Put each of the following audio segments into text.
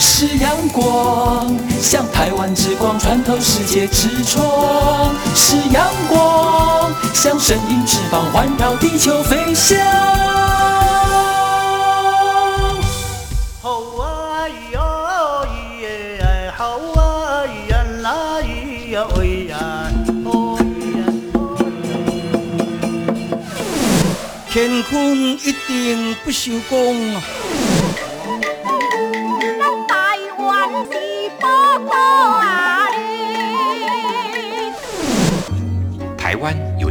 是阳光，像台湾之光穿透世界之窗。是阳光，像神鹰翅膀环绕地球飞翔。吼啊咿呀 oh, 咿耶哎，吼啊咿呀啦咿呀 oh, 喂呀，吼咿呀。乾坤一定不朽功，咱台湾是宝岛啊哩。台湾有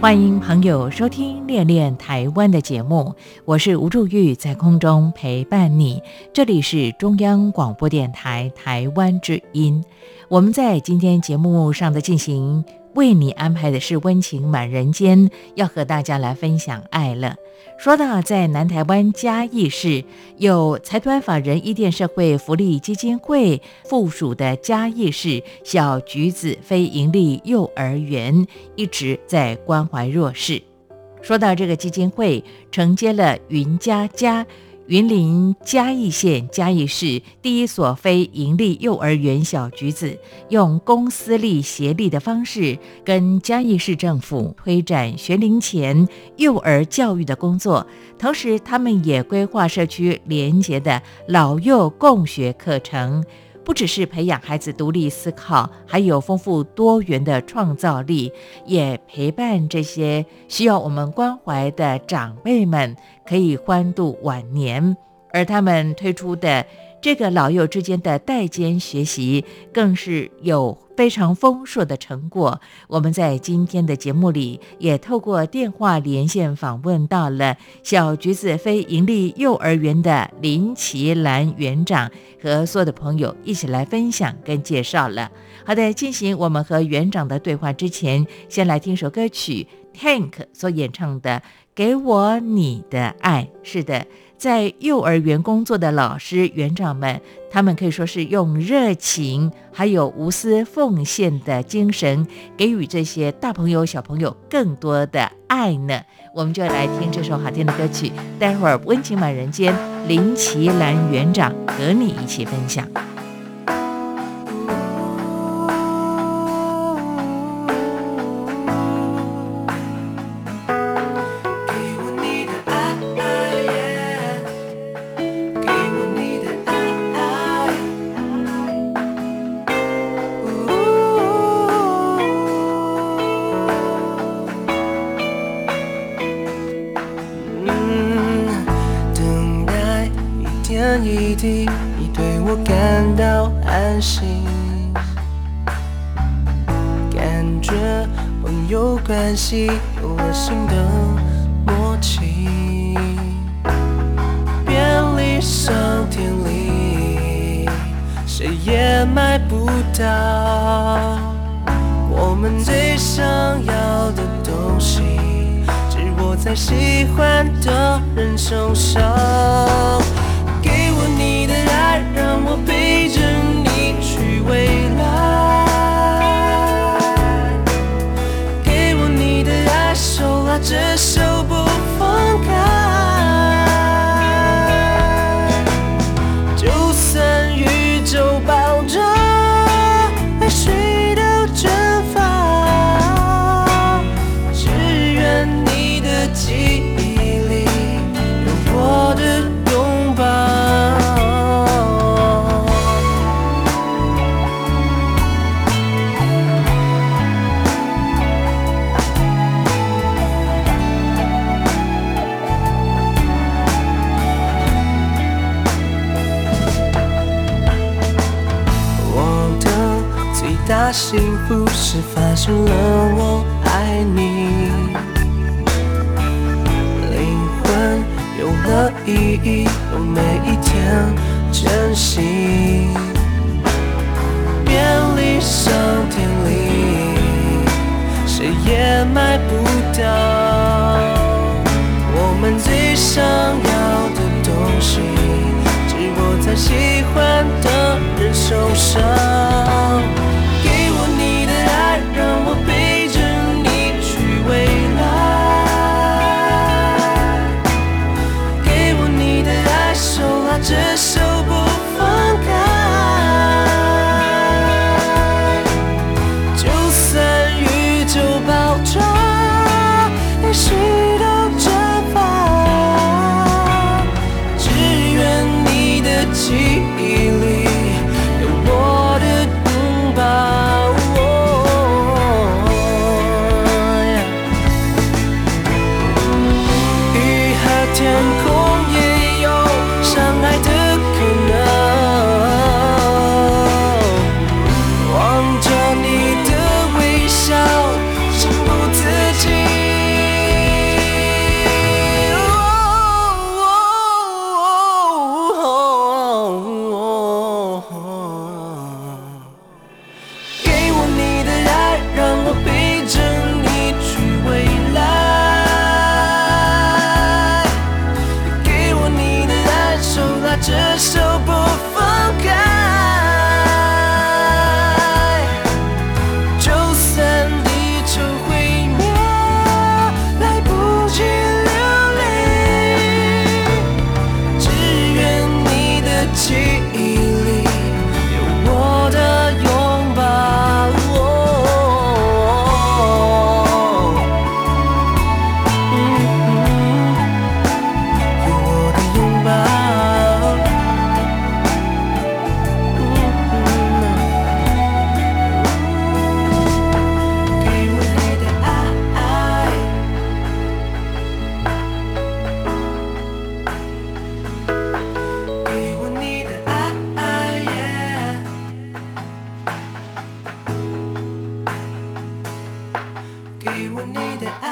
欢迎朋友收听《恋恋台湾》的节目，我是吴祝玉，在空中陪伴你。这里是中央广播电台台湾之音。我们在今天节目上的进行，为你安排的是温情满人间，要和大家来分享爱了。说到在南台湾嘉义市有财团法人伊甸社会福利基金会附属的嘉义市小橘子非营利幼儿园，一直在关怀弱势。说到这个基金会，承接了云家家。云林嘉义县嘉义市第一所非营利幼儿园小橘子，用公私力协力的方式，跟嘉义市政府推展学龄前幼儿教育的工作，同时他们也规划社区联结的老幼共学课程。不只是培养孩子独立思考，还有丰富多元的创造力，也陪伴这些需要我们关怀的长辈们可以欢度晚年。而他们推出的这个老幼之间的代间学习，更是有非常丰硕的成果。我们在今天的节目里也透过电话连线访问到了小橘子非营利幼儿园的林奇兰园长，和所有的朋友一起来分享跟介绍了。好的，进行我们和园长的对话之前，先来听首歌曲 Tank 所演唱的《给我你的爱》。是的，在幼儿园工作的老师、园长们，他们可以说是用热情还有无私奉献的精神，给予这些大朋友、小朋友更多的爱呢。我们就来听这首好听的歌曲，待会儿温情满人间，林奇兰园长和你一起分享。给我你的爱，给我你的爱，等待一点一滴，你对我感到安心，感觉朋友关系有了新的默契，便利商店里谁也买不到我们最想要的东西，只握在喜欢的人手上。给我你的爱，让我陪着你去未来。给我你的爱，手拉着手不放开。就算宇宙爆炸，泪水都蒸发，只愿你的记忆里有我的拥抱。我的最大幸福是发现了我爱你，灵魂有了意义，用每一天珍惜。便利商店里，谁也买不到。我们最想要的东西，只有在喜欢的人手上。给我你的爱，让我陪着你去未来。给我你的爱，手拉着手不放开。就算宇宙爆炸，也是一道蒸发。只愿你的记忆里有我的拥抱。雨和天空也有相爱的可能。望着你的微笑，情不自禁。哦哦给我你的爱，让我陪着你去未来。给我你的爱，手拉着手不放开。就算地球毁灭，来不及流泪，只愿你的记忆里有我的拥抱。嗯有我的拥抱。给我你的爱。给我你的爱，给我你的爱。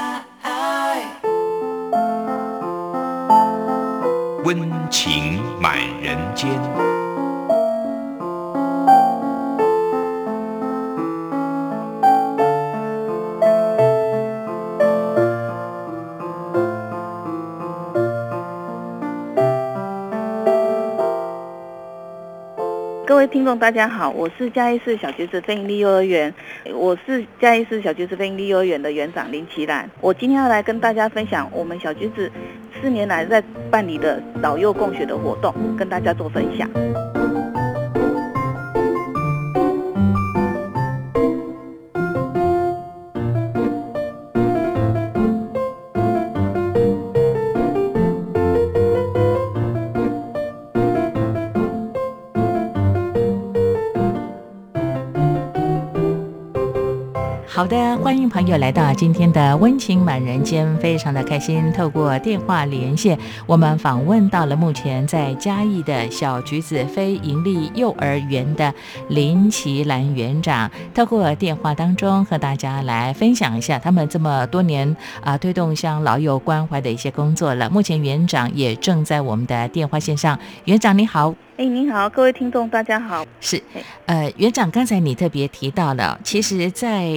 温情满人间。各位听众，大家好，我是嘉义市小橘子非营利幼儿园，我是嘉义市小橘子非营利幼儿园的园长林奇兰。我今天要来跟大家分享我们小橘子四年来在办理的老幼共学的活动，跟大家做分享。好的，欢迎朋友来到今天的温情满人间，非常的开心。透过电话连线，我们访问到了目前在嘉义的小橘子非营利幼儿园的林奇兰园长。透过电话当中和大家来分享一下他们这么多年啊、推动向老友关怀的一些工作了。目前园长也正在我们的电话线上，园长你好。哎，您好，各位听众，大家好。是嘿，呃，园长，刚才你特别提到了，其实，在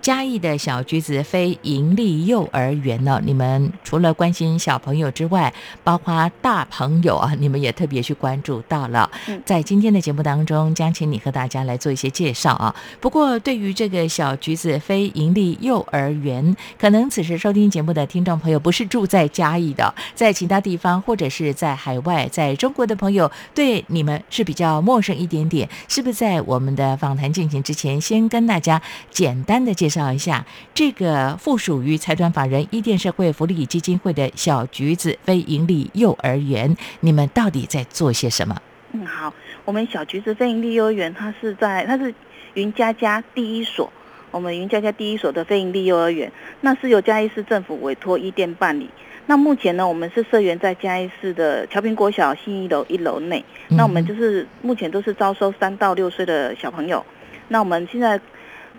嘉义的小橘子非营利幼儿园呢、你们除了关心小朋友之外，包括大朋友啊，你们也特别去关注到了。嗯在今天的节目当中，将请你和大家来做一些介绍啊。不过，对于这个小橘子非营利幼儿园，可能此时收听节目的听众朋友不是住在嘉义的，在其他地方或者是在海外，在中国的朋友对你们是比较陌生一点点，是不是？在我们的访谈进行之前，先跟大家简单的介绍一下这个附属于财团法人伊甸社会福利基金会的小橘子非营利幼儿园，你们到底在做些什么？嗯，好，我们小橘子非营利幼儿园，它是在它是云嘉嘉第一所，我们云嘉嘉第一所的非营利幼儿园，那是由嘉义市政府委托一店办理。那目前呢，我们是社员在嘉义市的侨平国小信义楼一楼内。嗯那我们就是目前都是招收三到六岁的小朋友。那我们现在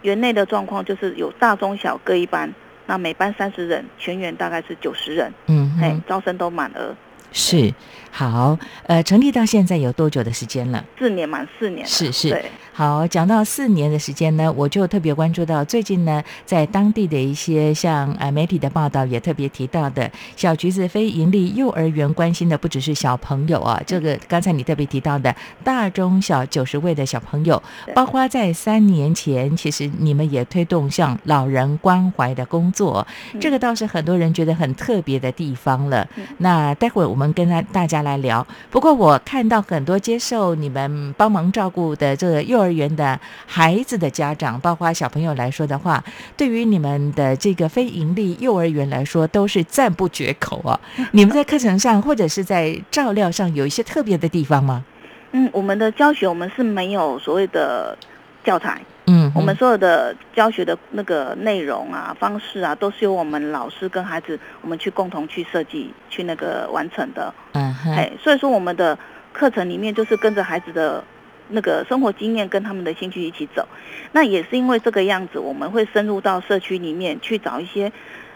园内的状况就是有大中小各一班，那每班三十人，全园大概是九十人，嗯哎、哼招生都满额。是好，呃，成立到现在有多久的时间了？四年满四年了，是是对，好，讲到四年的时间呢，我就特别关注到最近呢，在当地的一些像呃媒体的报道也特别提到的，小橘子非盈利幼儿园关心的不只是小朋友啊，这个刚才你特别提到的大中小九十位的小朋友，对包括在三年前，其实你们也推动像老人关怀的工作，这个倒是很多人觉得很特别的地方了。那待会儿我们跟他大家来聊。不过我看到很多接受你们帮忙照顾的这个幼儿园的孩子的家长，包括小朋友来说的话，对于你们的这个非盈利幼儿园来说，都是赞不绝口 啊。你们在课程上或者是在照料上有一些特别的地方吗？嗯，我们的教学我们是没有所谓的教材，嗯，我们所有的教学的那个内容啊、方式啊，都是由我们老师跟孩子我们去共同去设计、去那个完成的。嗯哼，哎，所以说我们的课程里面就是跟着孩子的那个生活经验跟他们的兴趣一起走。那也是因为这个样子，我们会深入到社区里面去找一些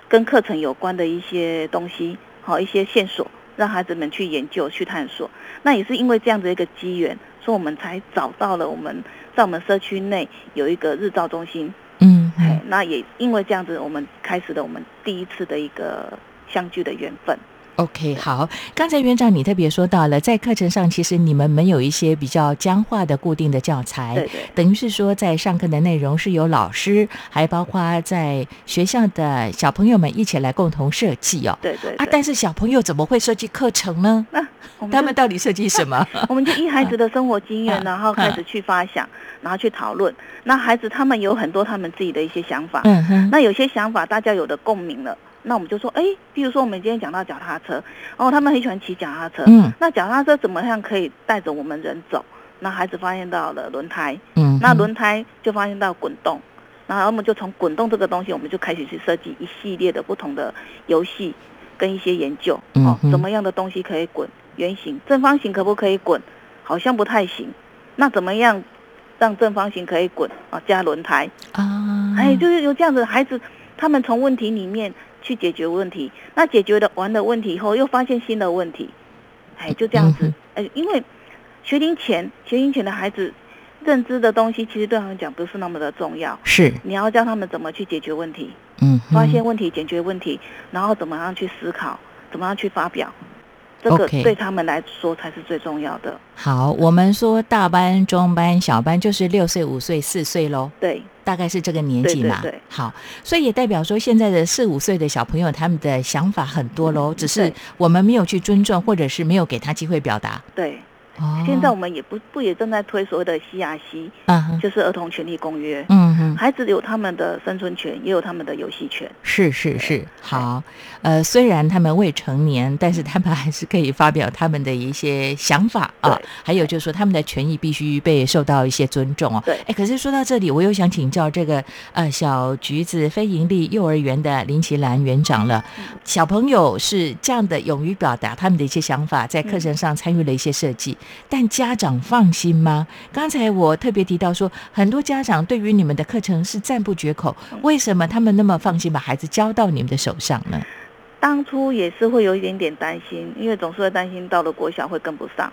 跟课程有关的一些东西，好一些线索，让孩子们去研究、去探索。那也是因为这样的一个机缘，所以我们才找到了我们在我们社区内有一个日照中心。嗯哎哼，，那也因为这样子，我们开始了我们第一次的一个相聚的缘分。 OK，好。刚才园长你特别说到了，在课程上其实你们没有一些比较僵化的固定的教材，对对。等于是说，在上课的内容是由老师，还包括在学校的小朋友们一起来共同设计哦。对对啊，但是小朋友怎么会设计课程呢？那、我们他就们到底设计什么？ 我们就依孩子的生活经验嗯，然后开始去发想，然后去讨论。那孩子他们有很多他们自己的一些想法，嗯哼，那有些想法大家有的共鸣了，那我们就说，哎，比如说我们今天讲到脚踏车，哦，他们很喜欢骑脚踏车，嗯那脚踏车怎么样可以带着我们人走？那孩子发现到了轮胎，嗯哼，那轮胎就发现到滚动，然后我们就从滚动这个东西，我们就开始去设计一系列的不同的游戏跟一些研究，哦嗯，哼什么样的东西可以滚？圆形、正方形可不可以滚？好像不太行。那怎么样让正方形可以滚？啊，加轮胎，啊，哎，就是有这样子，孩子他们从问题里面去解决问题，那解决了完了问题以后，又发现新的问题，哎，就这样子嗯，哎，因为学龄前学龄前的孩子认知的东西，其实对他们讲不是那么的重要，是，你要教他们怎么去解决问题，嗯哼，发现问题、解决问题，然后怎么样去思考，怎么样去发表，这个 OK 对他们来说才是最重要的，好，我们说大班、中班、小班就是六岁、五岁、四岁喽。对。大概是这个年纪嘛，对对对好，所以也代表说，现在的四五岁的小朋友，他们的想法很多喽，只是嗯对我们没有去尊重，或者是没有给他机会表达。对，哦现在我们也不不也正在推所谓的 CRC，嗯哼就是儿童权利公约。嗯哼，孩子有他们的生存权，也有他们的游戏权。是是是，好，呃，虽然他们未成年，但是他们还是可以发表他们的一些想法啊对，还有就是说他们的权益必须被受到一些尊重哦。对哎，可是说到这里，我又想请教这个呃小橘子非盈利幼儿园的林奇兰园长了，嗯小朋友是这样的勇于表达他们的一些想法，在课嗯程上参与了一些设计，但家长放心吗？刚才我特别提到说，很多家长对于你们的课程是赞不绝口，嗯为什么他们那么放心把孩子交到你们的手上呢？当初也是会有一点点担心，因为总是会担心到了国小会跟不上。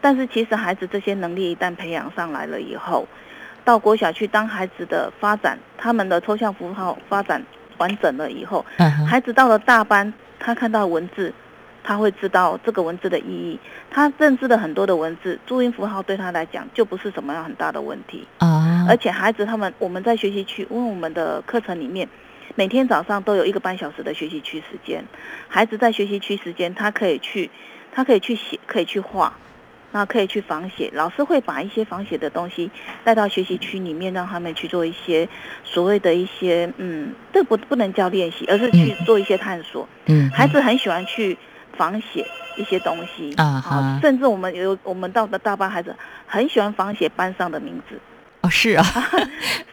但是其实孩子这些能力一旦培养上来了以后，到国小去当孩子的发展，他们的抽象符号发展完整了以后，嗯哼，孩子到了大班，他看到文字，他会知道这个文字的意义，他认知了很多的文字，注音符号对他来讲就不是什么样很大的问题。啊而且孩子他们，我们在学习区，因为我们的课程里面，每天早上都有一个半小时的学习区时间，孩子在学习区时间，他可以去，他可以去写，可以去画，那可以去仿写，老师会把一些仿写的东西带到学习区里面，让他们去做一些所谓的一些，嗯，这不不能叫练习，而是去做一些探索。嗯，孩子很喜欢去仿写一些东西啊哈甚至我们有我们到的大班孩子很喜欢仿写班上的名字。哦是啊，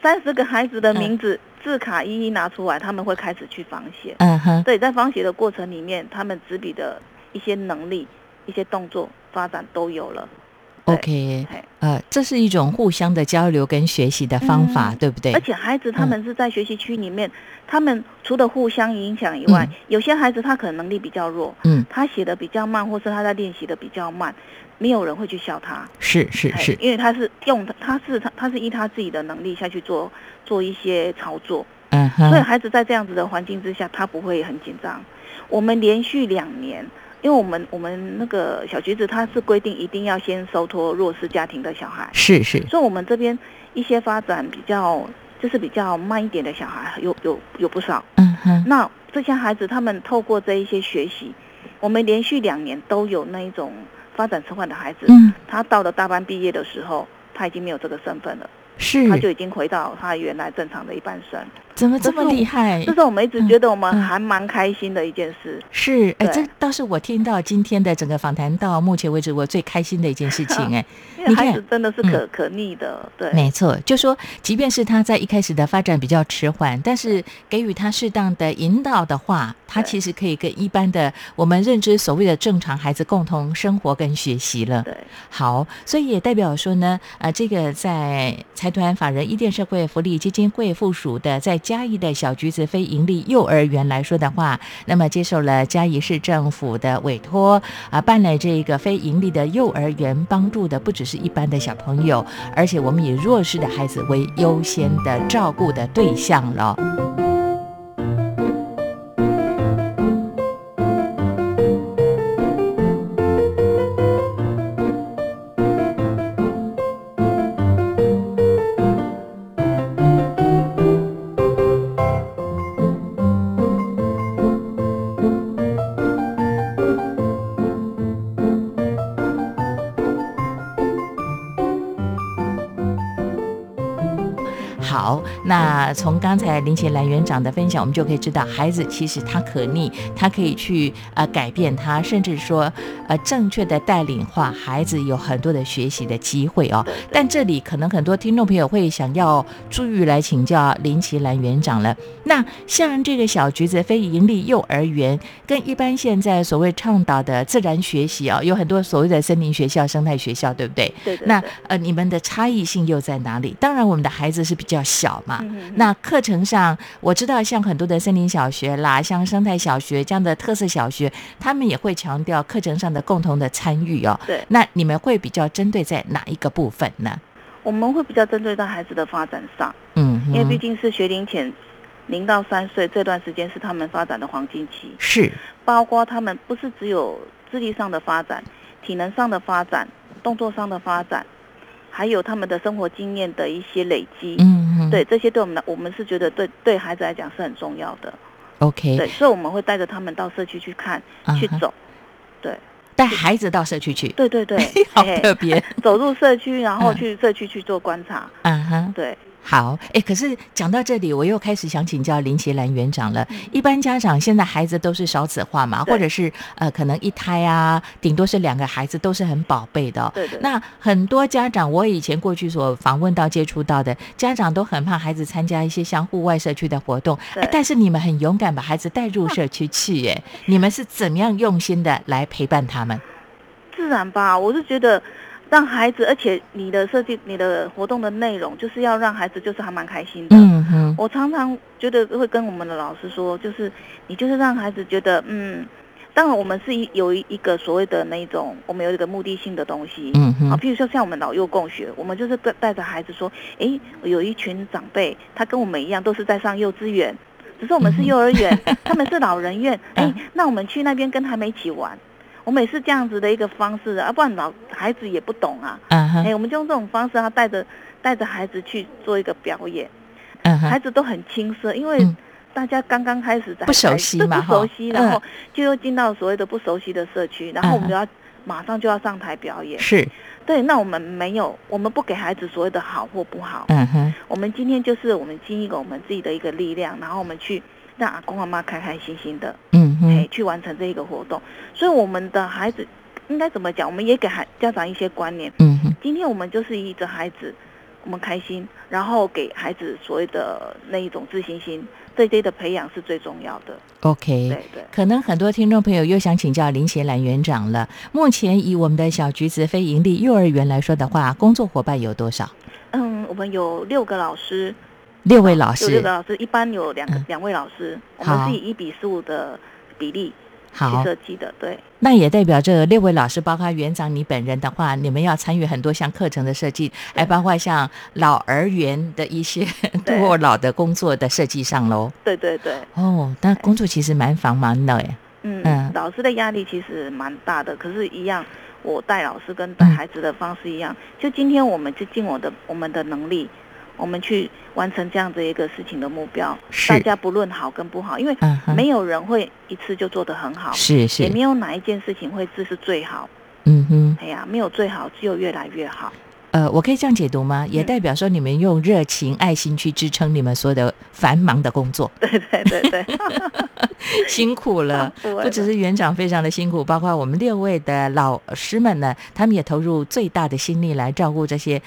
三十个孩子的名字、字卡一一拿出来，他们会开始去仿写。嗯哼，对，在仿写的过程里面，他们执笔的一些能力、一些动作发展都有了。 OK，嘿呃，这是一种互相的交流跟学习的方法，嗯对不对？而且孩子他们是在学习区里面，他们除了互相影响以外，嗯有些孩子他可能能力比较弱，嗯，他写的比较慢，或是他在练习的比较慢，没有人会去笑他，是是哎是，因为他是用他他是他他是依他自己的能力下去做做一些操作，嗯所以哼，孩子在这样子的环境之下，他不会很紧张。我们连续两年，因为我们我们那个小橘子它是规定一定要先收托弱势家庭的小孩，是是，所以我们这边一些发展比较就是比较慢一点的小孩有有有不少。嗯哼，那这些孩子他们透过这一些学习，我们连续两年都有那一种发展迟缓的孩子，嗯，他到了大班毕业的时候，他已经没有这个身份了，是他，就已经回到他原来正常的一般生。怎么这这么是我厉害这？是我们一直觉得我们哎嗯嗯还蛮开心的一件事。是，哎，这对倒是我听到今天的整个访谈到目前为止我最开心的一件事情， 哎，因你为孩看嗯子真的是可、可逆的，对，没错，就说即便是他在一开始的发展比较迟缓，但是给予他适当的引导的话，他对其实可以跟一般的我们认知所谓的正常孩子共同生活跟学习了。对，好，所以也代表说呢，呃，这个在财团法人伊甸社会福利基金会附属的在嘉义的小橘子非营利幼儿园来说的话，那么接受了嘉义市政府的委托啊、办了这个非营利的幼儿园，帮助的不只是一般的小朋友，而且我们以弱势的孩子为优先的照顾的对象了。好，那从刚才林奇兰园长的分享，我们就可以知道，孩子其实他可逆，他可以去呃改变他，甚至说呃正确的带领话，孩子有很多的学习的机会哦。但这里可能很多听众朋友会想要注意来请教林奇兰园长了。那像这个小橘子非盈利幼儿园，跟一般现在所谓倡导的自然学习哦，有很多所谓的森林学校、生态学校，对不对？对对那对呃，你们的差异性又在哪里？当然，我们的孩子是比较小嘛。嗯嗯嗯那课程上，我知道像很多的森林小学啦，像生态小学这样的特色小学，他们也会强调课程上的共同的参与哦。对那你们会比较针对在哪一个部分呢？我们会比较针对到孩子的发展上，嗯哼，因为毕竟是学龄前零到三岁这段时间是他们发展的黄金期，是包括他们不是只有智力上的发展、体能上的发展、动作上的发展，还有他们的生活经验的一些累积。嗯哼，对，这些对我们来，我们是觉得对对孩子来讲是很重要的， ，OK，对，所以我们会带着他们到社区去看、啊哈去走，带孩子到社区去，，对对对 好嘿嘿特 别，走入社区，然后嗯去社区去做观察。嗯哼。对，好，哎，可是讲到这里，我又开始想请教林奇兰园长了。一般家长现在孩子都是少子化嘛，嗯对或者是呃，可能一胎啊，顶多是两个孩子，都是很宝贝的哦、对对那很多家长，我以前过去所访问到、接触到的家长都很怕孩子参加一些像户外社区的活动，对嗯哎但是你们很勇敢，把孩子带入社区去，耶，你们是怎么样用心的来陪伴他们？自然吧，我是觉得让孩子，而且你的设计、你的活动的内容，就是要让孩子就是还蛮开心的。嗯哼，我常常觉得会跟我们的老师说，就是你就是让孩子觉得，嗯，当然我们是一有一一个所谓的那一种，我们有一个目的性的东西。嗯哼啊，譬如说像我们老幼共学，我们就是带带着孩子说，诶，有一群长辈，他跟我们一样都是在上幼稚园，只是我们是幼儿园，嗯 他们是老 人院，啊诶，那我们去那边跟他们一起玩，我们也是这样子的一个方式，啊，不然老孩子也不懂啊，嗯诶，哼，我们就用这种方式，他带着带着孩子去做一个表演，嗯哼孩，子都很青涩，因为嗯大家刚刚开始在不熟悉嘛对哈不熟悉，然后嗯就又进到所谓的不熟悉的社区，然后我们就要马上就要上台表演。是，对，那我们没有，我们不给孩子所谓的好或不好，嗯哼，我们今天就是我们尽一个我们自己的一个力量，然后我们去让阿公阿妈开开心心的，嗯哎、哼，去完成这一个活动。所以我们的孩子应该怎么讲？我们也给孩家长一些观念，嗯哼，今天我们就是依着孩子，我们开心，然后给孩子所谓的那一种自信心，这一类的培养是最重要的。 OK，对对。可能很多听众朋友又想请教林协兰园长了。目前以我们的小橘子非盈利幼儿园来说的话，工作伙伴有多少？嗯，我们有六个老师，六位老有六师个。老师，一般有两个、嗯两位老师，我好们是以一比十五的比例去好，设计的，对。那也代表这六位老师，包括园长你本人的话，你们要参与很多项课程的设计，还包括像老儿园的一些 对过老的工作的设计上喽。对对对，哦，那工作其实蛮繁忙的哎。嗯，嗯老师的压力其实蛮大的，可是，一样，我带老师跟带嗯孩子的方式一样，就今天我们就尽我的我们的能力，我们去完成这样的一个事情的目标。是大家不论好跟不好，因为嗯哼没有人会一次就做得很好，是也是没，有哪一件事情会是是最好。嗯哼，哎呀，没有最好，只有越来越好。 呃，我可以这样解读吗？也嗯代表说你们用热情、爱心去支撑你们所有的繁忙的工作，对对对对， 辛苦了。不会不只是园长非常的辛苦，包括我们六位的老师们呢，他们也投入最大的心力来照顾这些，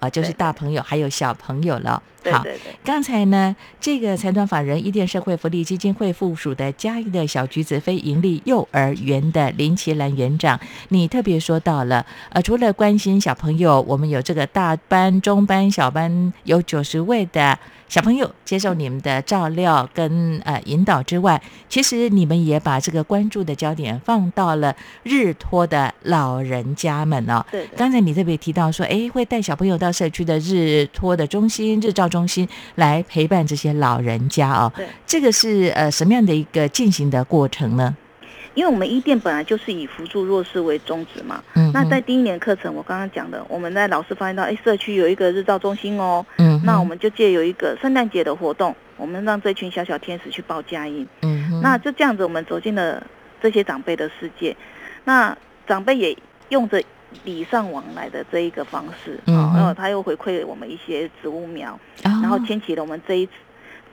呃，就是对大朋友还有小朋友了。对好，对对，刚才呢，这个财团法人伊甸社会福利基金会附属的嘉义的小橘子非营利幼儿园的林奇兰园长，你特别说到了，呃，除了关心小朋友，我们有这个大班、中班、小班，有九十位的小朋友接受你们的照料跟呃引导之外，其实你们也把这个关注的焦点放到了日托的老人家们哦。对对刚才你特别提到说，诶，会带小朋友到社区的日托的中心、日照中心来陪伴这些老人家哦。对。这个是呃什么样的一个进行的过程呢？因为我们一店本来就是以扶助弱势为宗旨嘛。嗯哼，那在第一年课程，我刚刚讲的，我们在老师发现到，哎，社区有一个日照中心哦，嗯哼，那我们就借由一个圣诞节的活动，我们让这群小小天使去报佳音。嗯哼，那就这样子，我们走进了这些长辈的世界。那长辈也用着礼尚往来的这一个方式，嗯哦哼然后他又回馈我们一些植物苗，然然后牵起了我们这一次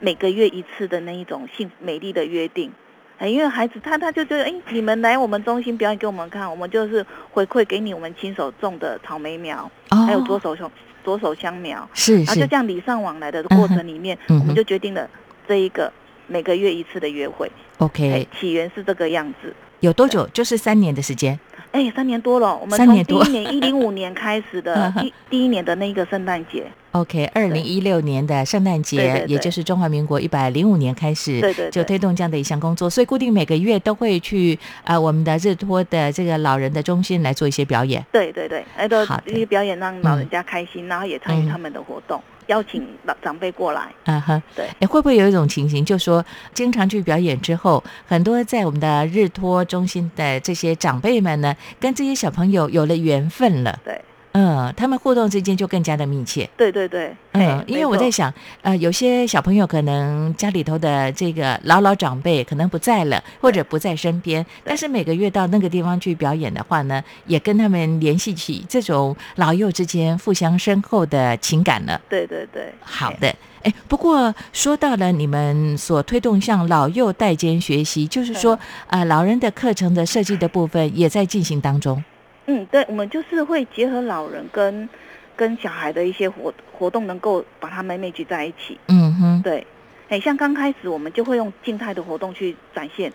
每个月一次的那一种幸美丽的约定。哎，因为孩子他他就觉得，哎，你们来我们中心表演给我们看，我们就是回馈给你我们亲手种的草莓苗，还有左多手香左手香苗，哦是然后就是这样礼尚往来的过程里面，嗯哼我们就决定了这一个每个月一次的约会，哎 OK，，起源是这个样子。有多久？就是三年的时间。哎，三年多了，我们三从年第多嗯一年一零五年开始 的第第一年的那个圣诞节， OK，二零一六年的圣诞节，对对对也就是中华民国一百零五年开始，对对对就推动这样的一项工作，所以固定每个月都会去呃我们的日托的这个老人的中心来做一些表演。对对对，哎，都好的这些表演让老人家开心，然后也参嗯与他们的活动，邀请老长辈过来。嗯哼，对诶会不会有一种情形，就说经常去表演之后，很多在我们的日托中心的这些长辈们呢，跟这些小朋友有了缘分了，对嗯，他们互动之间就更加的密切。对对对，嗯哎，因为我在，想，呃，有些小朋友可能家里头的这个老老长辈可能不在了，或者不在身边，但是每个月到那个地方去表演的话呢，也跟他们联系起这种老幼之间互相深厚的情感了。没错对对对，好的，哎，不过说到了你们所推动向老幼代间学习，就是说，呃，老人的课程的设计的部分也在进行当中。嗯，对，我们就是会结合老人跟跟小孩的一些活活动，能够把他们 manage 在一起。嗯哼，对，哎，像刚开始我们就会用静态的活动去展现，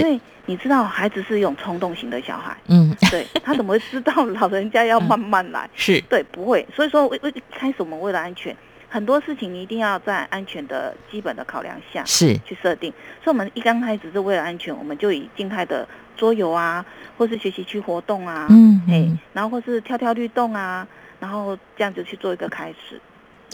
是，为你知道孩子是一种冲动型的小孩，嗯，对他怎么会知道老人家要慢慢来？是，对，不会。所以说，为为开始我们为了安全，很多事情你一定要在安全的基本的考量下是，去设定。所以我们一刚开始是为了安全，我们就以静态的桌游啊，或是学习区活动啊，嗯哎、嗯然后或是跳跳律动啊，然后这样子去做一个开始。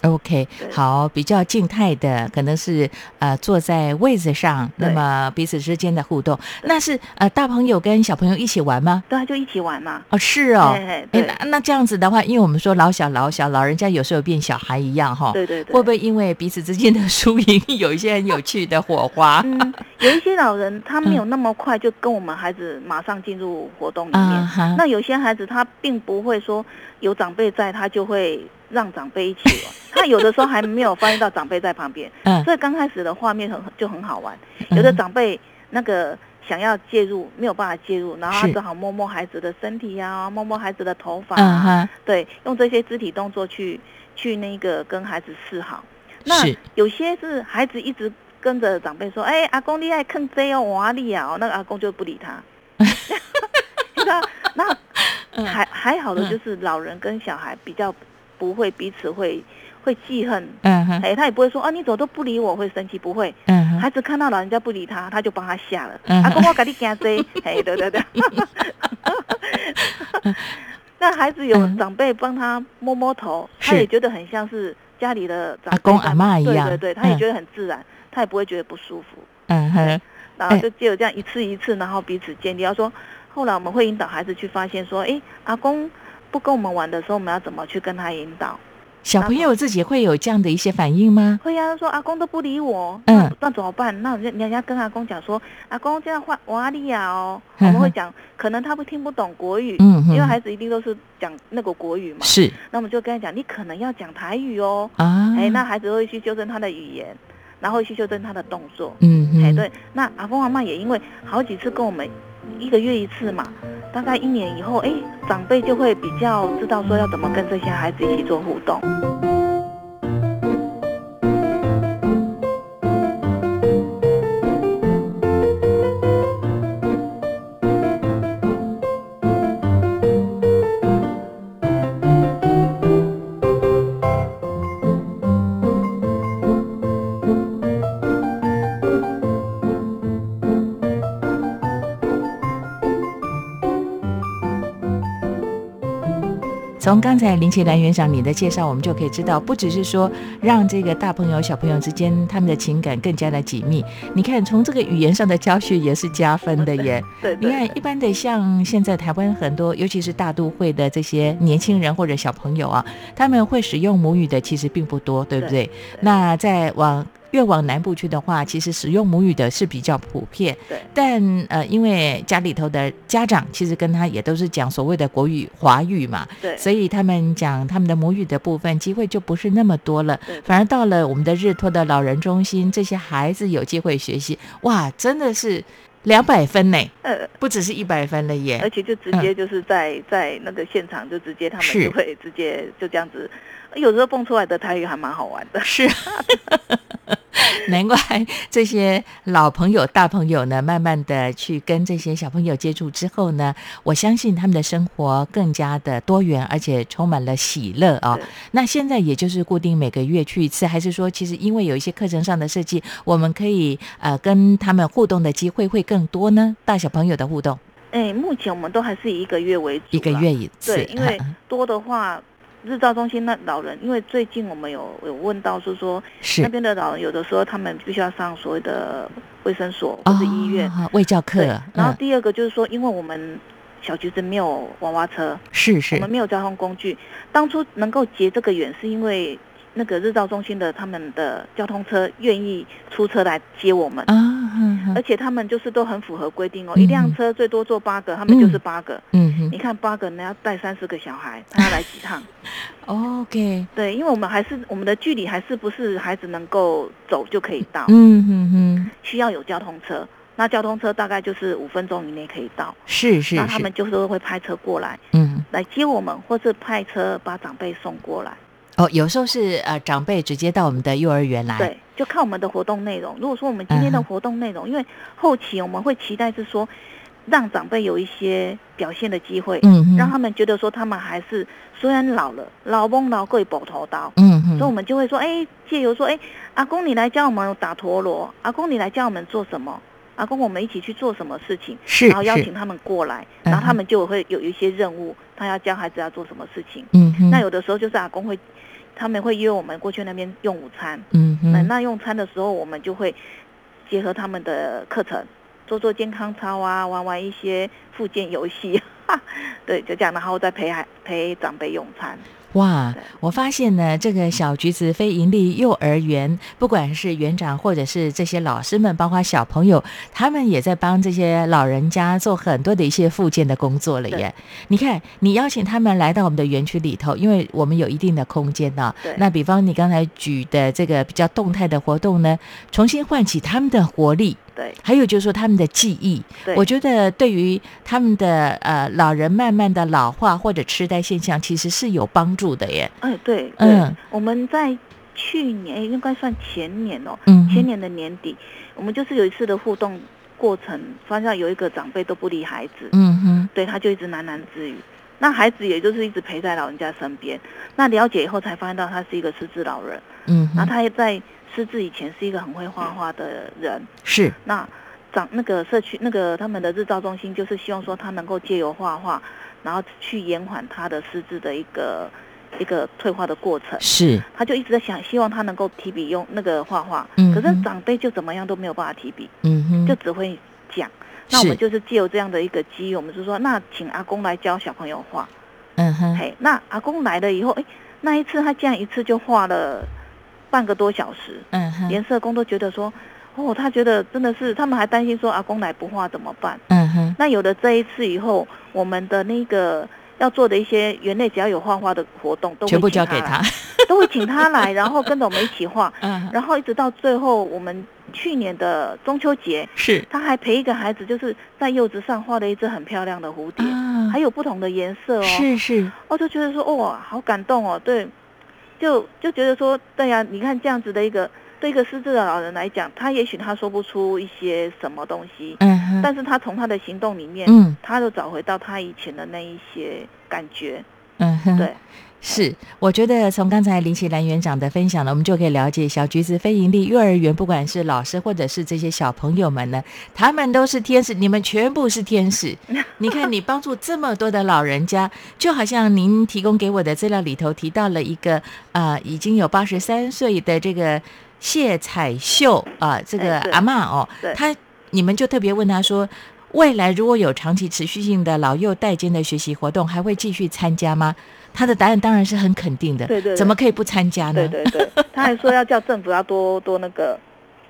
，OK，对好，比较静态的，可能是呃坐在位子上，那对么彼此之间的互动，那是呃大朋友跟小朋友一起玩吗？对啊，就一起玩嘛。哦，是哦。嘿嘿哎，对那那这样子的话，因为我们说老小老小，老人家有时候变小孩一样哈、对对对。会不会因为彼此之间的输赢有一些很有趣的火花？嗯，有一些老人他没有那么快就跟我们孩子马上进入活动里面，啊哈嗯那有些孩子他并不会说有长辈在，他就会让长辈一起 玩。他有的时候还没有发现到长辈在旁边，嗯所以刚开始的画面很就很好玩。嗯有的长辈那个想要介入，没有办法介入，然后他是只好摸摸孩子的身体呀、摸摸孩子的头发、嗯哈，对，用这些肢体动作去去那个跟孩子示好。那是有些是孩子一直跟着长辈说：“哎、阿公厉害，坑贼哦，哇厉害哦。”那个阿公就不理他。 你知道，那还还好的就是老人跟小孩比较不会彼此会会记恨，嗯哼，哎、他也不会说啊你怎么都不理我，会生气，不会。嗯哼，孩子看到老人家不理他，他就帮他吓了。嗯阿公，我给你 惊这，哎，对对对。 那孩子有嗯长辈帮他摸摸头，是他也觉得很像是家里的长辈阿公阿嬷一样对对对，他也嗯觉得很自然，他也不会觉得不舒服。嗯哼，然后就借由这样一次一次，然后彼此建立。要说后来我们会引导孩子去发现说，哎，阿公不跟我们玩的时候，我们要怎么去跟他引导？小朋友自己会有这样的一些反应吗？会呀、啊，说阿公都不理我，嗯那那怎么办？那人家人家跟阿公讲说，阿公这样换瓦利亚哦，我嗯哼们会讲，可能他不听不懂国语，嗯哼因为孩子一定都是讲那个国语嘛，是那我们就跟他讲，你可能要讲台语哦，啊，哎，那孩子会去纠正他的语言，然后去纠正他的动作，嗯哎，哼，对，那阿公阿妈也因为好几次跟我们一个月一次嘛，大概一年以后，哎，长辈就会比较知道说要怎么跟这些孩子一起做互动。从刚才林奇兰园长你的介绍，我们就可以知道，不只是说让这个大朋友、小朋友之间他们的情感更加的紧密。你看，从这个语言上的教学也是加分的耶。对对你看对，一般的像现在台湾很多，尤其是大都会的这些年轻人或者小朋友啊，他们会使用母语的其实并不多，对不对？那再往越往南部去的话，其实使用母语的是比较普遍。对但呃，因为家里头的家长其实跟他也都是讲所谓的国语、华语嘛，对所以他们讲他们的母语的部分机会就不是那么多了对，反而到了我们的日托的老人中心，这些孩子有机会学习，哇，真的是两百分呢，呃。不只是一百分了而耶。且就直接就是在、在那个现场就直接他嗯是们就会直接就这样子，有时候蹦出来的台语还蛮好玩的。是， 难怪这些老朋友、大朋友呢，慢慢的去跟这些小朋友接触之后呢，我相信他们的生活更加的多元，而且充满了喜乐啊、对那现在也就是固定每个月去一次，还是说其实因为有一些课程上的设计，我们可以呃跟他们互动的机会会更多呢？大小朋友的互动 哎，目前我们都还是以一个月为主啦，一个月一次，对，因为嗯多的话，日照中心那老人，因为最近我们有有问到是说那是边的老人有的时候他们必须要上所谓的卫生所或是医院，哦卫教课对，，然后嗯，第二个就是说，因为我们小橘子没有娃娃车，是我们是，没有交通工具。当初能够结这个缘，是因为那个日照中心的他们的交通车愿意出车来接我们，啊，嗯而嗯且他们就是都很符合规定哦，嗯一辆车最多坐八个，他们就是八个。嗯你看八个人要带三十个小孩，他要来几 趟？哼，OK，哦对，因为我们还是我们的距离还是不是孩子能够走就可以到，嗯哼哼，需要有交通车。那交通车大概就是五分钟以内可以到，是是那他是们，就是会派车过来嗯。来接我们，或是派车把长辈送过来。哦，有时候是呃长辈直接到我们的幼儿园来，对，就看我们的活动内容。如果说我们今天的嗯活动内容，因为后期我们会期待是说，让长辈有一些表现的机会，嗯哼，让他们觉得说他们还是虽然老了，老翁老贵保头刀。嗯哼，所以我们就会说，哎，借由说，哎，阿公你来教我们打陀螺，阿公你来教我们做什么，阿公我们一起去做什么事情，是然后邀请是，他们过来，嗯哼然后他们就会有一些任务，他要教孩子要做什么事情。嗯哼，那有的时候就是阿公会，他们会约我们过去那边用午餐，嗯那哼，那用餐的时候，我们就会结合他们的课程，做做健康操啊，玩玩一些附件游戏， 对，就这样，然后再陪孩陪长辈用餐。哇对！我发现呢，这个小橘子非营利幼儿园，不管是园长或者是这些老师们，包括小朋友，他们也在帮这些老人家做很多的一些复健的工作了耶。你看，你邀请他们来到我们的园区里头，因为我们有一定的空间呢、对那比方你刚才举的这个比较动态的活动呢，重新唤起他们的活力。对还有就是说他们的记忆，对，我觉得对于他们的呃老人慢慢的老化或者痴呆现象，其实是有帮助的耶。哎对，嗯嗯，我们在去年哎应该算前年哦，嗯哼前年的年底，我们就是有一次的互动过程，发现有一个长辈都不理孩子，嗯哼，对，他就一直喃喃自语。那孩子也就是一直陪在老人家身边，那了解以后才发现到他是一个失智老人，嗯然后哼，他也在失智以前是一个很会画画的人，是，那长那个社区那个他们的日照中心，就是希望说他能够借由画画，然后去延缓他的失智的一个一个退化的过程。是，他就一直在想，希望他能够提笔用那个画画，嗯可哼是长辈就怎么样都没有办法提笔，嗯哼，就只会讲。那我们是就是借由这样的一个机遇，我们就说，那请阿公来教小朋友画。嗯哼，嘿，那阿公来了以后，哎，那一次他这样一次就画了半个多小时，嗯哼，连社工都觉得说，哦，他觉得真的是，他们还担心说阿公来不画怎么办？嗯哼，那有了这一次以后，我们的那个要做的一些园内只要有画画的活动，都会全部请交给他他 来，。都会请他来，然后跟着我们一起画，嗯， 然后一直到最后，我们去年的中秋节，是他还陪一个孩子，就是在柚子上画了一只很漂亮的蝴蝶，啊还有不同的颜色哦。是是，我就觉得说，哦，好感动哦，对，就就觉得说，对呀、你看这样子的一个对一个失智的老人来讲，他也许他说不出一些什么东西，嗯哼，但是他从他的行动里面，嗯他就找回到他以前的那一些感觉，嗯哼，对。是，我觉得从刚才林奇兰园长的分享呢，我们就可以了解小橘子非营利幼儿园，不管是老师或者是这些小朋友们呢，他们都是天使，你们全部是天 使。你看，你帮助这么多的老人家，就好像您提供给我的资料里头提到了一个呃，已经有八十三岁的这个谢彩秀啊、这个哎对阿嬷哦对，她你们就特别问她说。未来如果有长期持续性的老幼代间的学习活动，还会继续参加吗？他的答案当然是很肯定的，对对对怎么可以不参加呢？对 对对，他还说要叫政府要多多那个，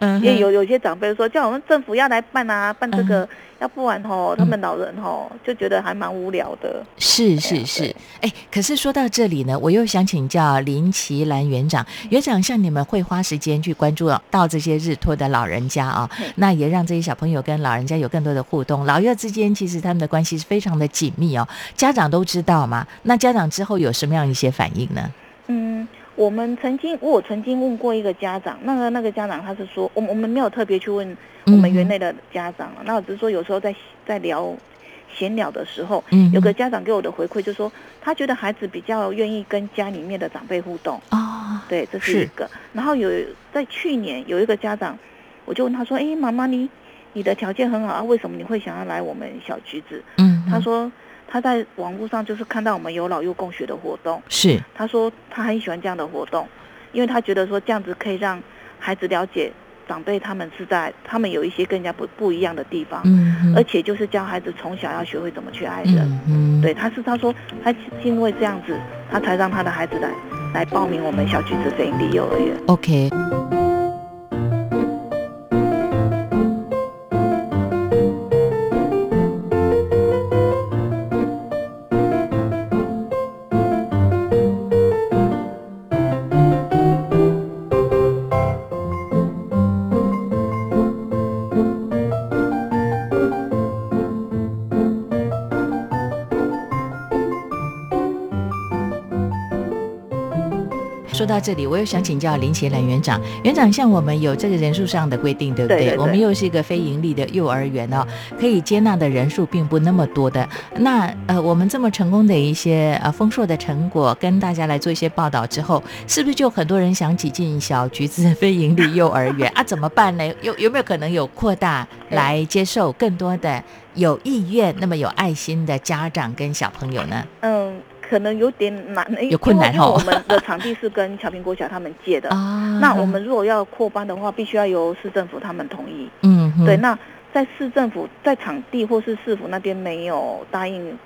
嗯哼，因为有有些长辈说叫我们政府要来办啊，办这嗯个，要不然吼、他们老人吼、就觉得还蛮无聊的。是对是啊是对，哎，可是说到这里呢，我又想请教林奇兰园长，嗯园长像你们会花时间去关注到这些日托的老人家啊、嗯那也让这些小朋友跟老人家有更多的互动，老幼之间其实他们的关系是非常的紧密哦，家长都知道嘛，那家长之后有什么样一些反应呢？嗯，我们曾经我有曾经问过一个家长，那个那个家长他是说，我们我们没有特别去问我嗯们哼园内的家长啊了，那我只是说有时候在在聊闲聊的时候，嗯哼有个家长给我的回馈就说，他觉得孩子比较愿意跟家里面的长辈互动，哦，对，这是是一个。然后有在去年有一个家长，我就问他说，哎，妈妈你你的条件很好啊，为什么你会想要来我们小橘子？嗯哼，他说他在网络上就是看到我们有老幼共学的活动。是，他说他很喜欢这样的活动，因为他觉得说这样子可以让孩子了解长辈他们是在他们有一些更加不不一样的地方，嗯哼，而且就是教孩子从小要学会怎么去爱人。嗯哼，对，他是他说他是因为这样子，他才让他的孩子来来报名我们小橘子非营利幼儿园。 ，OK。说到这里，我又想请教林奇兰园长。园长，像我们有这个人数上的规定，对不对？对对对我们又是一个非盈利的幼儿园哦，可以接纳的人数并不那么多的。那呃，我们这么成功的一些呃丰硕的成果，跟大家来做一些报道之后，是不是就很多人想挤进小橘子非盈利幼儿园 啊？怎么办呢？有有没有可能有扩大来接受更多的有意愿、那么有爱心的家长跟小朋友呢？嗯，可能有点难，因为有困难因为哦我们的场地是跟乔平国小他们借的， 啊呃那我们如果要扩班的话，必须要由市政府他们同意。嗯哼对，那在市政府在场地或是市府那边没有答应，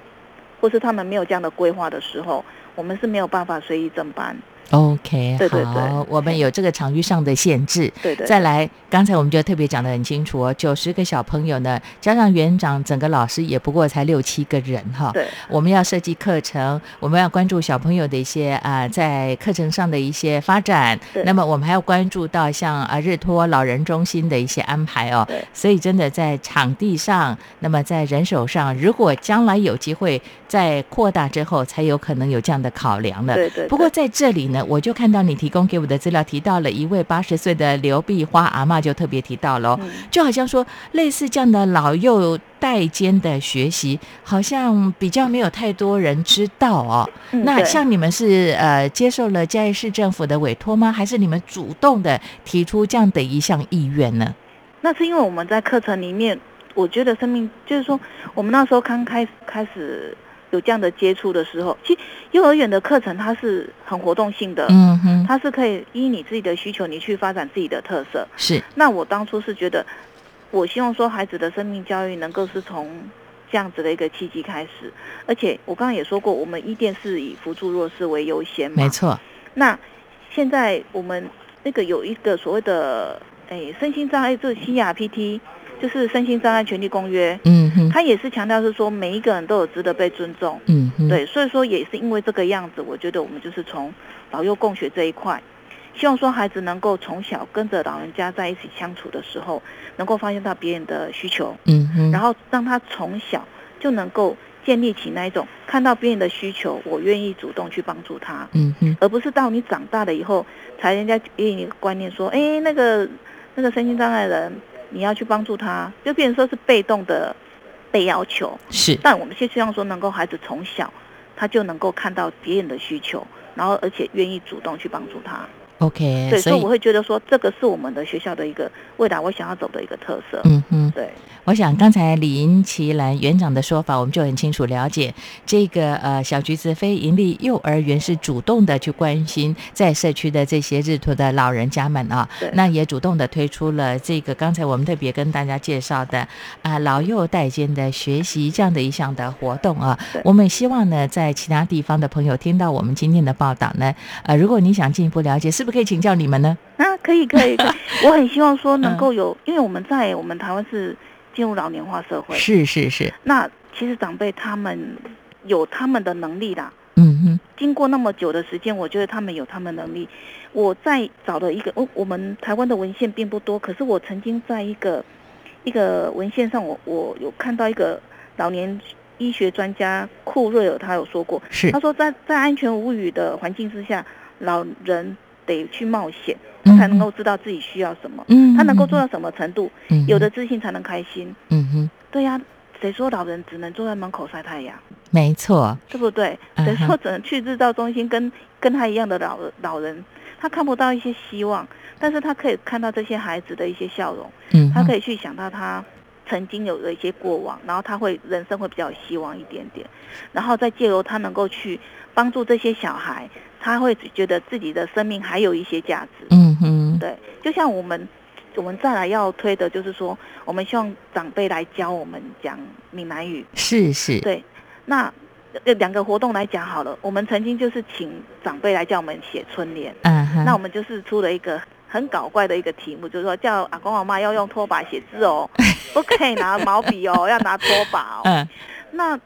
或是他们没有这样的规划的时候，我们是没有办法随意增班。 OK，对对对好，我们有这个场域上的限制。对对，再来，刚才我们就特别讲得很清楚哦，九十个小朋友呢，加上园长，整个老师也不过才六七个人哈。对我们要设计课程，我们要关注小朋友的一些啊、在课程上的一些发展对。那么我们还要关注到像啊、日托老人中心的一些安排哦对。所以真的在场地上，那么在人手上，如果将来有机会在扩大之后，才有可能有这样的考量了。对对 对不过在这里呢，我就看到你提供给我的资料提到了一位八十岁的刘碧花阿嬷，就特别提到了哦、嗯就好像说类似这样的老幼代间的学习，好像比较没有太多人知道哦。嗯那对像你们是呃接受了嘉义市政府的委托吗？还是你们主动的提出这样的一项意愿呢？那是因为我们在课程里面，我觉得生命就是说，我们那时候刚开始开始有这样的接触的时候，其实幼儿园的课程它是很活动性的，嗯哼，它是可以依你自己的需求，你去发展自己的特色。是那我当初是觉得，我希望说孩子的生命教育能够是从这样子的一个契机开始，而且我刚刚也说过，我们一店是以扶助弱势为优先嘛，没错，那现在我们那个有一个所谓的诶身心障碍，就是 CRPT，就是《身心障碍权利公约嗯》，哼，它也是强调是说每一个人都有值得被尊重。嗯哼，，对，所以说也是因为这个样子，我觉得我们就是从老幼共学这一块，希望说孩子能够从小跟着老人家在一起相处的时候，能够发现到别人的需求，嗯哼，然后后让他从小就能够建立起那一种看到别人的需求，我愿意主动去帮助他。嗯哼，而不是到你长大了以后才人家给你一个观念说，哎，那个那个身心障碍人，你要去帮助他，就变成说是被动的被要求。是，但我们现希望说，能够孩子从小他就能够看到别人的需求，然后而且愿意主动去帮助他。 OK，对，所以我会觉得说，这个是我们的学校的一个未来我想要走的一个特色。嗯哼，对，我想刚才林奇兰园长的说法，我们就很清楚了解，这个呃小橘子非盈利幼儿园是主动的去关心在社区的这些日托的老人家们啊对，那也主动的推出了这个刚才我们特别跟大家介绍的啊、老幼代间的学习这样的一项的活动啊对。我们希望呢，在其他地方的朋友听到我们今天的报道呢，呃，如果你想进一步了解，是不是可以请教你们呢？啊，可以可以，可以 我很希望说能够有，因为我们在我们台湾是进入老年化社会，是是是，那其实长辈他们有他们的能力啦。嗯哼，经过那么久的时间，我觉得他们有他们能力。我在找的一个，哦我我们台湾的文献并不多，可是我曾经在一个一个文献上我，我有看到一个老年医学专家库瑞尔，他有说过，是他，说在在安全无语的环境之下，老人得去冒险，嗯才能够知道自己需要什么，嗯他能够做到什么程度，嗯哼有的自信才能开心。嗯哼，对呀、谁说老人只能坐在门口晒太阳？没错。对不对？嗯哼等说只能去日照中心跟跟他一样的老老人，他看不到一些希望，但是他可以看到这些孩子的一些笑容，嗯，他可以，以去想到他曾经有的一些过往，然后他会人生会比较有希望一点点，然后再借由他能够去帮助这些小孩，他会觉得自己的生命还有一些价值。嗯哼，对，就像我们我们再来要推的就是说，我们希望长辈来教我们讲闽南语，是是，对，那呃两个活动来讲好了，我们曾经就是请长辈来叫我们写春联，嗯哼，那我们就是出了一个很搞怪的一个题目，就是说叫阿公阿妈要用拖把写 字哦，不可以拿毛笔哦，要拿拖把哦。嗯那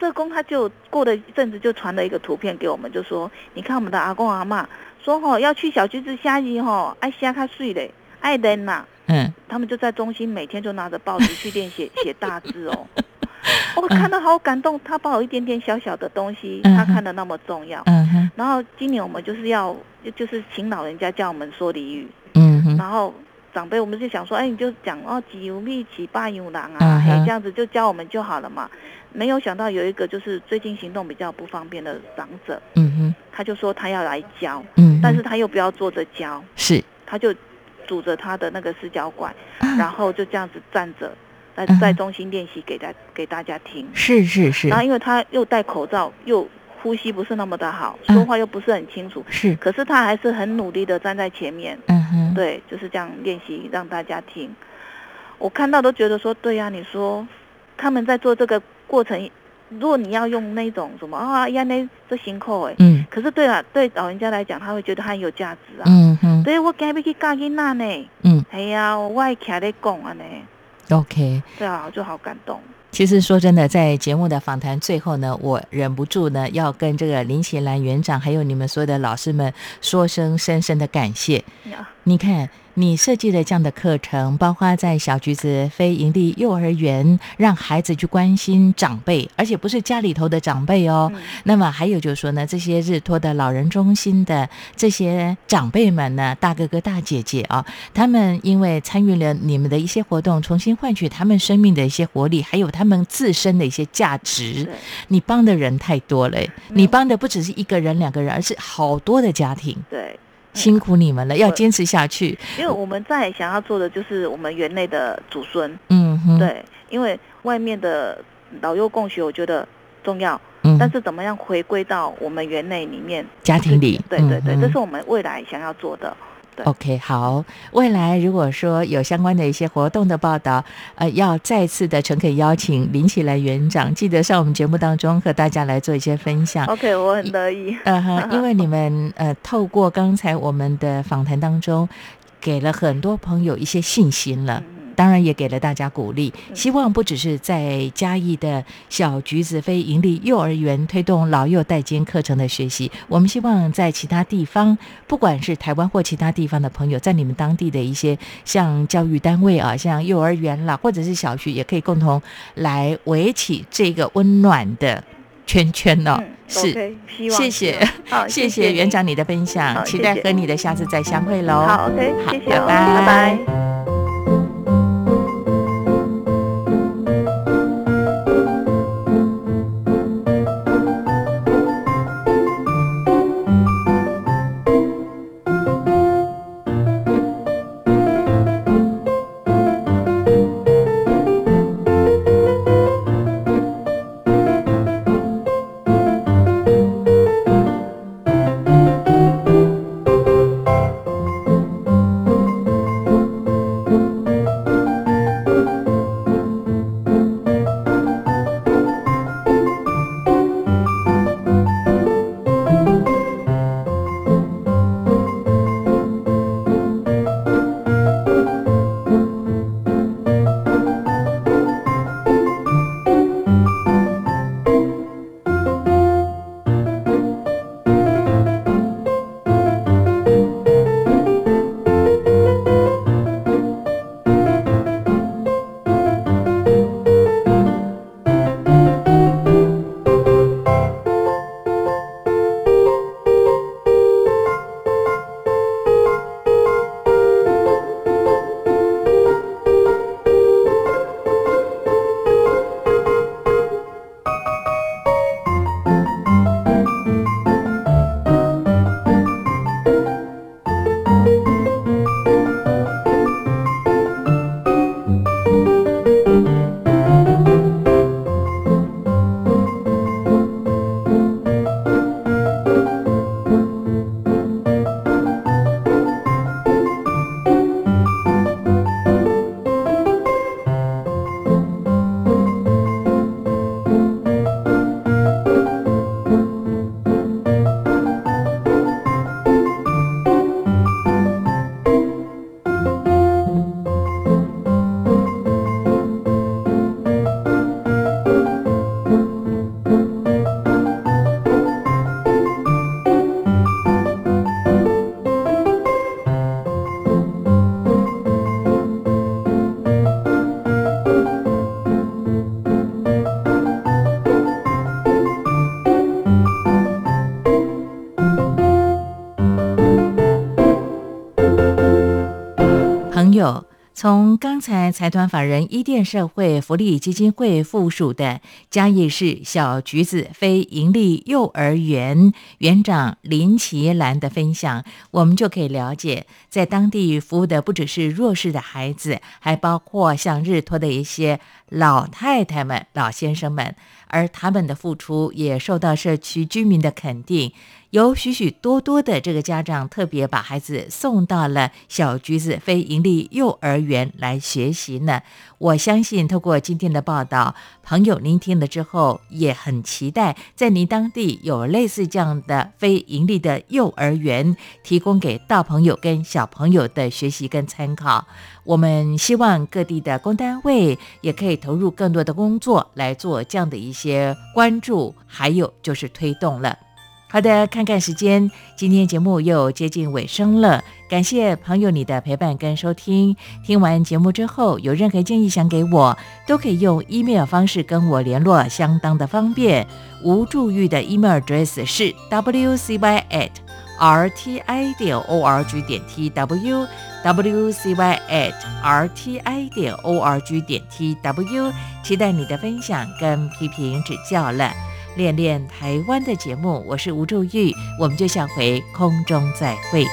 社工他就过了一阵子就传了一个图片给我们，就说你看我们的阿公阿妈说吼、要去小橘子虾鱼吼，爱虾卡碎嘞，爱人呐、嗯，他们就在中心每天就拿着报纸去 练写写大字哦。我看到好感动，他把我一点点小小的东西，嗯他看得那么重要。嗯哼，然后今年我们就是要，就是请老人家教我们说俚语，嗯哼，然后长辈我们就想说，哎，你就讲哦，几有力几霸有狼啊，嗯嘿哼，这样子就教我们就好了嘛。没有想到有一个就是最近行动比较不方便的长者，嗯哼，他就说他要来教，嗯哼，但是他又不要坐着教，是，他就拄着他的那个四脚拐，啊然后就这样子站着，在嗯哼在中心练习给大给大家听。是是是然后因为他又戴口罩，又呼吸不是那么的好，嗯说话又不是很清楚，是，可是他还是很努力的站在前面，嗯哼，对，就是这样练习让大家听。我看到都觉得说，对呀、你说他们在做这个过程，如果你要用那种什么啊呀那这辛苦哎，嗯嗯可是对了，对老人家来讲，他会觉得他很有价值啊。嗯哼所以我今日去教囡仔呢，嗯哎呀，我爱徛咧讲安尼， ，OK。对啊，我就好感动。其实说真的，在节目的访谈最后呢，我忍不住呢要跟这个林奇兰园长还有你们所有的老师们说声深深的感谢。呀你看，你设计的这样的课程，包括在小橘子非营利幼儿园，让孩子去关心长辈，而且不是家里头的长辈哦。嗯那么还有就是说呢，这些日托的老人中心的这些长辈们呢，大哥哥大姐姐啊，他们因为参与了你们的一些活动，重新换取他们生命的一些活力，还有他们自身的一些价值对。你帮的人太多了，你帮的不只是一个人、两个人，而是好多的家庭。对，辛苦你们了，要我坚持下去。因为我们在想要做的就是我们园内的祖孙，嗯哼，，对，因为外面的老幼共学，我觉得重要，嗯，但是怎么样回归到我们园内里面家庭里对对对，嗯哼这是我们未来想要做的。对 OK，好，未来如果说有相关的一些活动的报道，呃，要再次的诚恳邀请林起来园长，记得上我们节目当中和大家来做一些分享。 OK，我很乐意。呃 哈，因为你们呃，透过刚才我们的访谈当中，给了很多朋友一些信心了。嗯当然也给了大家鼓励，嗯希望不只是在嘉义的小橘子非营利幼儿园推动老幼代间课程的学习，我们希望在其他地方，不管是台湾或其他地方的朋友，在你们当地的一些像教育单位啊，像幼儿园啦，或者是小学，也可以共同来围起这个温暖的圈圈哦。嗯是 OK，希望谢希谢望好，谢谢谢你园长。你的分享，好期谢待谢和你的下次再相会喽。好，OK，好谢谢哦，拜拜拜拜。朋友，从刚才财团法人伊甸社会福利基金会附属的嘉义市小橘子非营利幼儿园园长林奇兰的分享，我们就可以了解，在当地服务的不只是弱势的孩子，还包括像日托的一些老太太们、老先生们，而他们的付出也受到社区居民的肯定。有许许多多的这个家长特别把孩子送到了小橘子非营利幼儿园来学习呢。我相信，透过今天的报道，朋友您听了之后也很期待，在您当地有类似这样的非营利的幼儿园，提供给大朋友跟小朋友的学习跟参考。我们希望各地的公单位也可以投入更多的工作来做这样的一些关注，还有就是推动了。好的，看看时间，今天节目又接近尾声了，感谢朋友你的陪伴跟收听。听完节目之后，有任何建议想给我，都可以用 email 方式跟我联络，相当的方便。吴祝玉的 email address 是 wcy at rti 点 org 点 tw。wcy at rti 点 org 点 tw，期待你的分享跟批评指教了。恋恋台湾的节目，我是吴祝玉，我们就下回空中再会。